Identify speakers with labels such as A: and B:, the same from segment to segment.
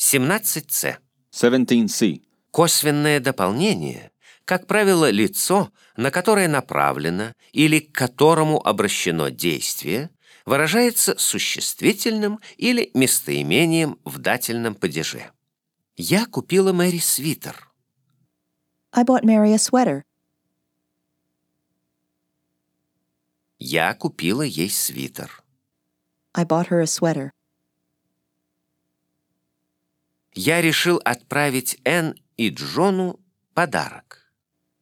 A: 17c.
B: 17C.
A: Косвенное дополнение, как правило, лицо, на которое направлено или к которому обращено действие, выражается существительным или местоимением в дательном падеже. «Я купила Мэри свитер».
C: I bought Mary a sweater.
A: «Я купила ей свитер».
C: I bought her a sweater.
A: Я решил отправить Энн и Джону подарок.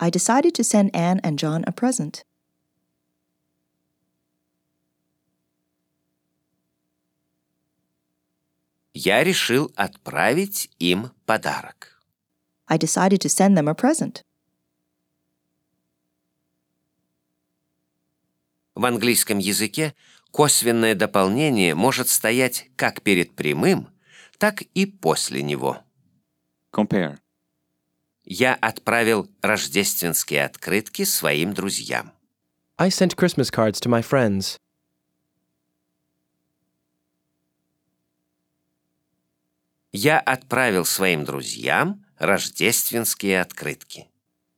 C: I decided to send Anne and John a present.
A: Я решил отправить им подарок.
C: I decided to send them a present.
A: В английском языке косвенное дополнение может стоять как перед прямым, так и после него.
B: Compare.
A: Я отправил рождественские открытки своим друзьям.
D: I sent Christmas cards to my friends.
A: Я отправил своим друзьям рождественские открытки.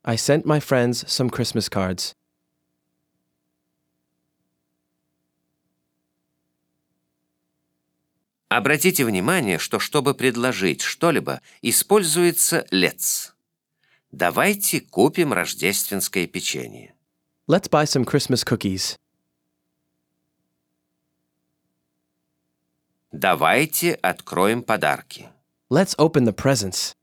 D: I sent my friends some Christmas cards.
A: Обратите внимание, что чтобы предложить что-либо, используется «let's». Давайте купим рождественское печенье.
D: Let's buy some Christmas cookies.
A: Давайте откроем подарки.
D: Let's open the presents.